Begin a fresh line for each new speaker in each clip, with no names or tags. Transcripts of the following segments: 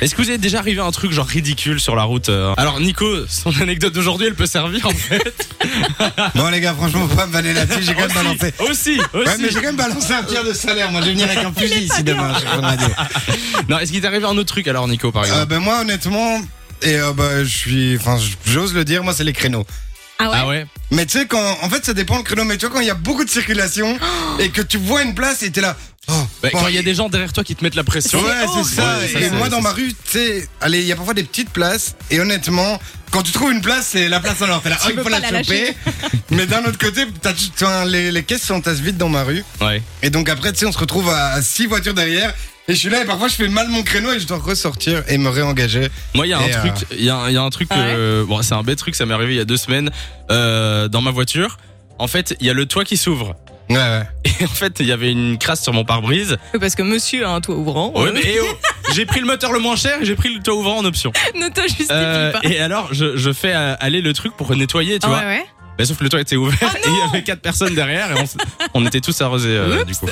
Est-ce que vous êtes déjà arrivé à un truc genre ridicule sur la route euh Alors Nico, son anecdote d'aujourd'hui, elle peut servir en fait.
Non les gars, franchement, faut pas me banner là-dessus, j'ai quand même balancé.
aussi, aussi.
Ouais, mais j'ai quand même balancé un tiers de salaire. Moi, je vais venir avec un fusil ici demain. sur la radio.
Non, est-ce qu'il t'est arrivé un autre truc alors Nico par
Euh,
exemple
ben moi, honnêtement, et euh, ben, je suis, enfin, j'ose le dire, moi, c'est les créneaux.
Ah
Euh, bah,
ouais,
Ah ouais
Mais tu sais quand, en fait, ça dépend le créneau. Mais tu vois quand il y a beaucoup de circulation et que tu vois une place et t'es là. Oh,
Bah,
bon,
Quand il y a des gens derrière toi qui te mettent la pression.
Ouais,
horrible.
c'est ça.
Ouais, ça,
et
c'est-
moi, dans
c'est-
ma rue, tu sais, allez, il y a parfois des petites places. Et honnêtement, quand tu trouves une place, c'est la place en or. T'es là, oh, il
peux
faut
pas
la
la
choper. Mais d'un autre côté, t'as, tu- enfin, les, les caisses s'entassent vite dans ma rue.
Ouais.
Et donc après, tu sais, on se retrouve à 6 voitures derrière. Et je suis là, et parfois, je fais mal mon créneau et je dois ressortir et me réengager.
Moi, il y a un
Et, euh,
truc, il y, a un- il y a un truc,
Ah ouais
euh, bon, c'est un bête truc, ça m'est arrivé il y a deux semaines euh, dans ma voiture. En fait, il y a le toit qui s'ouvre.
Ouais, ouais.
Et en fait, il y avait une crasse sur mon pare-brise.
Parce que monsieur a un toit ouvrant.
Ouais,
euh,
mais eh oh, j'ai pris le moteur le moins cher et j'ai pris le toit ouvrant en option.
ne te justifie
Euh,
pas.
et alors, je, je fais euh, aller le truc pour nettoyer, tu
Ah
vois.
ouais, ouais.
Mais sauf que le toit était ouvert
Ah
et il y avait quatre personnes derrière et on, s- on était tous arrosés euh, du coup.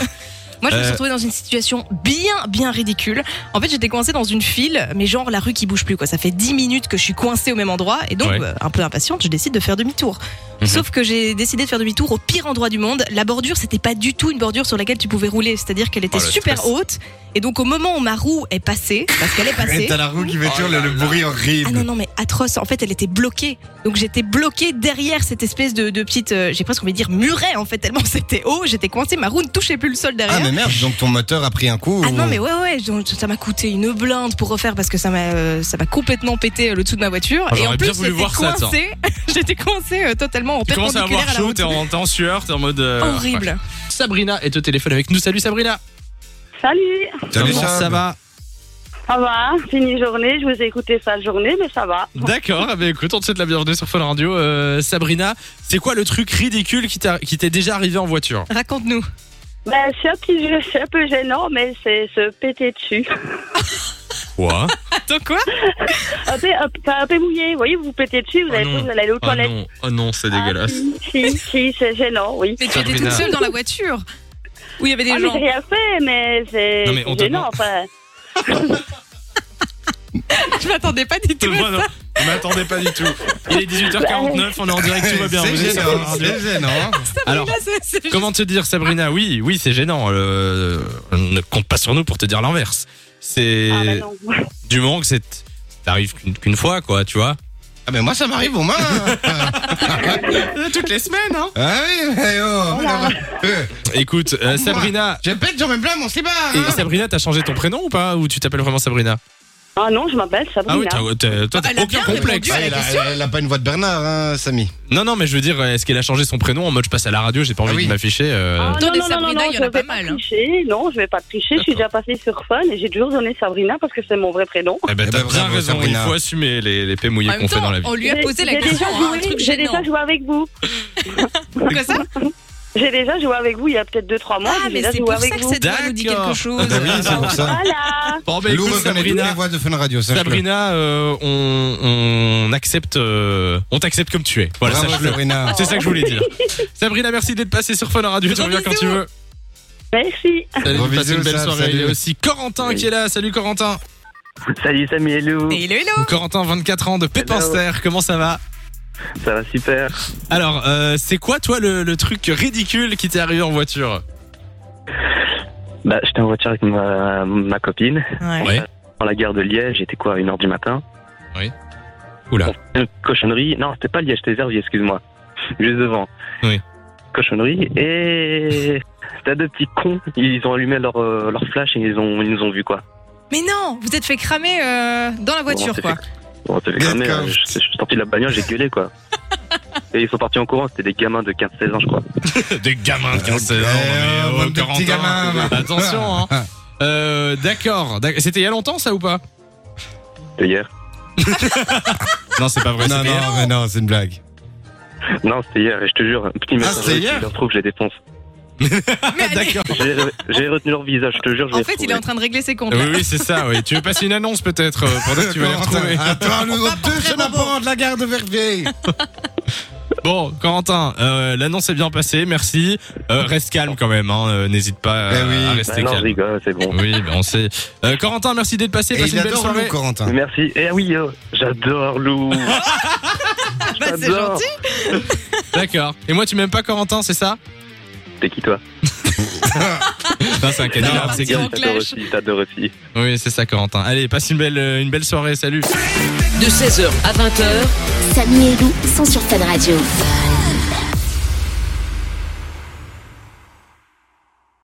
Moi, je me suis
Euh,
retrouvée dans une situation bien, bien ridicule. En fait, j'étais coincée dans une file, mais genre la rue qui bouge plus, quoi. Ça fait 10 minutes que je suis coincée au même endroit, et donc,
Ouais.
euh, un peu impatiente, je décide de faire demi-tour.
Mhm.
Sauf que j'ai décidé de faire demi-tour au pire endroit du monde. La bordure, c'était pas du tout une bordure sur laquelle tu pouvais rouler, c'est-à-dire qu'elle était
Oh, le
super
stress.
haute, et donc au moment où ma roue est passée, parce qu'elle est
Et
passée.
t'as la roue qui fait
Oh
toujours le,
là
le
là.
bruit
Ah non,
horrible.
non, mais atroce. En fait, elle était bloquée. Donc j'étais bloquée derrière cette espèce de, de petite, euh, j'ai presque envie de dire muret, en fait, tellement c'était haut. J'étais coincée, ma roue ne touchait plus le sol derrière.
Ah, mais merde, donc ton moteur a pris un coup.
Ah non
oh.
ou-
mais ouais ouais donc, ça m'a coûté une blinde pour refaire parce que ça m'a euh, ça m'a complètement pété euh, le dessous de ma voiture
Ah,
et en
j'aurais
plus
bien voulu
j'étais
voir ça,
coincée j'étais coincée euh, totalement en
Tu commences à
perpendiculaire
avoir
à, la
chaud,
route
t'es en, t'es en sueur, t'es en mode. euh, ouais.
horrible
Sabrina est au téléphone avec nous. Salut Sabrina.
Salut,
Salut,
Comment ça
Sab.
va
ça va Fini journée, je vous ai écouté sa journée, mais ça va.
D'accord, ah bah écoute, on te souhaite la bienvenue sur Fun Radio. Euh, Sabrina, c'est quoi le truc ridicule qui t'a- qui t'est déjà arrivé en voiture
raconte nous
Ben, c'est un petit jeu, c'est un peu gênant, mais c'est se péter dessus.
Quoi
attends quoi
Un peu, un, peu- un peu mouillé, vous voyez, vous vous pétez dessus, vous
Oh
avez
non.
peur d'aller aux
Oh
toilettes. Ah,
non, oh non c'est dégueulasse.
Si, si, c'est gênant, oui.
mais tu étais
Sabrina.
toute seule dans la voiture où il y avait des
Ah, mais
gens
j'ai rien fait, mais c'est
Non, mais on
c'est
te
gênant,
demande-
enfin. Ah,
je m'attendais pas du tout
Moi, non, je m'attendais pas du tout. Il est 18h49, on est en direct, tout va bien.
C'est
on est sur Fun
gênant,
Radio.
c'est gênant.
Alors,
Là, c'est- c'est juste-
Comment te dire, Sabrina Oui, oui, c'est gênant. euh, ne compte pas sur nous pour te dire l'inverse. C'est
Ah, ben non.
du moment que c'est t'arrives qu'une qu'une fois, quoi, tu vois.
Ah, mais moi, ça m'arrive au moins.
Toutes les semaines, hein.
Ah oui, eh oh,
Voilà.
euh,
Écoute, euh, Sabrina.
je pète, j'en mets plein mon slibard. hein.
Et Sabrina, t'as changé ton prénom ou pas Ou tu t'appelles vraiment Sabrina
Ah non, je m'appelle
Ah oui,
Sabrina.
t'as- t'as- toi,
Ah,
t'as
elle a
aucun
bien
complexe.
répondu à la
Ah, elle, a,
question.
elle a- elle a pas une voix de Bernard, hein, Samy.
Non, non, mais je veux dire, est-ce qu'elle a changé son prénom en mode je passe à la radio, j'ai pas envie
Ah oui.
de m'afficher euh,
Ah,
Attendez,
non, non, non, non,
Sabrina,
non,
il y en
je
a pas
vais
mal, hein.
tricher, non, je vais pas tricher, je suis déjà passée sur Fun et j'ai toujours donné Sabrina parce que c'est mon vrai prénom.
Eh ben,
Eh
t'as
ben,
bien
bravo,
raison,
Sabrina.
il faut assumer les, les pets mouillés
en
qu'on
même
fait dans
temps
la vie.
on lui a
J'ai-
posé la
j'ai
question
déjà
hein, un
joué-
truc
J'ai
gênant
déjà joué avec vous.
Quoi ça
J'ai déjà joué avec vous il y a peut-être 2-3 mois.
ah
j'ai
mais
déjà
c'est
joué
pour ça
avec
que
vous.
cette voix nous dit quelque
D'accord. Ah,
chose
Bah oui, c'est pour ça.
Voilà.
Bon, ben,
Lou
écoute,
reconnaît toutes les
Sabrina,
voix de Fun Radio, sache-le.
Sabrina, euh, on, on accepte, euh, on t'accepte comme tu es. Voilà,
Bravo,
sache-le.
Sabrina.
C'est ça que je voulais dire. Sabrina, merci d'être passée sur Fun Radio. Tu
Gros
reviens quand tu
bisous.
veux.
Merci.
Salut,
Gros
passez
bisous,
une belle
Sam,
soirée.
salut.
Il y a aussi Corentin qui est là. Salut Corentin.
Salut Samy et Lou,
hello hello
Corentin, 24 ans de Pépinster. Comment ça va
ça va super.
Alors, euh, c'est quoi toi le, le truc ridicule qui t'est arrivé en voiture
Bah, j'étais en voiture avec ma, ma copine
Ouais.
dans la gare de Liège, j'étais quoi, à 1h du matin
Oula.
Une cochonnerie, non, c'était pas Liège, c'était Verviers, excuse-moi, juste devant.
Oui.
Cochonnerie, et t'as deux petits cons, ils ont allumé leur, euh, leur flash et ils, ont, ils nous ont vu quoi.
mais non vous êtes fait cramer euh, dans la voiture
c'est
quoi
Bon, ça fait cramer,
D'accord.
hein. je, je suis sorti de la bagnole, j'ai gueulé quoi. et ils sont partis en courant, c'était des gamins de 15-16 ans je crois.
Des gamins de 15 ans.
Eh,
mais, oh,
bande de petits
Corentin,
gamins.
Attention. Hein. Euh, D'accord. D'ac- C'était il y a longtemps ça ou pas
D'ailleurs,
Non, c'est pas vrai.
Non,
c'était-
non, mais non, c'est une blague.
non, c'était hier, et je te jure, un petit message,
Ah, c'était
si
hier
je les retrouve, je les défonce.
Mais allez,
D'accord.
J'ai j'ai retenu leur visage, je te jure, je
en
les
fait il
retrouve.
est en train de régler ses comptes là.
Oui, oui, c'est ça. Oui. Tu veux passer une annonce peut-être euh, Pendant que tu vas les
Corentin,
retrouver.
À toi, le
pas
deux
très
chapeaux
bon.
de la gare de Verviers.
Bon, Quentin, euh, l'annonce est bien passée, merci. Euh, reste calme quand même, hein, euh, n'hésite pas euh,
Eh oui.
à
Bah
rester
non, je
calme.
rigole, c'est bon.
Oui, bah, on sait. Euh, Corentin, merci d'être passé,
Et
passez
il
une belle
adore Lou,
soirée.
Corentin.
Merci. Eh oui, euh, j'adore Lou.
Bah, c'est
J'adore.
gentil.
D'accord. Et moi, tu m'aimes pas Corentin, c'est ça
T'es qui toi
Non, c'est un canard, c'est
Dis
qui
en
Tiens, T'adores
clash.
aussi, t'adores aussi.
Oui, c'est ça, Corentin. Allez, passe une belle, euh, une belle soirée, salut.
De 16h à 20h,
Samy et Lou sont sur Fan Radio.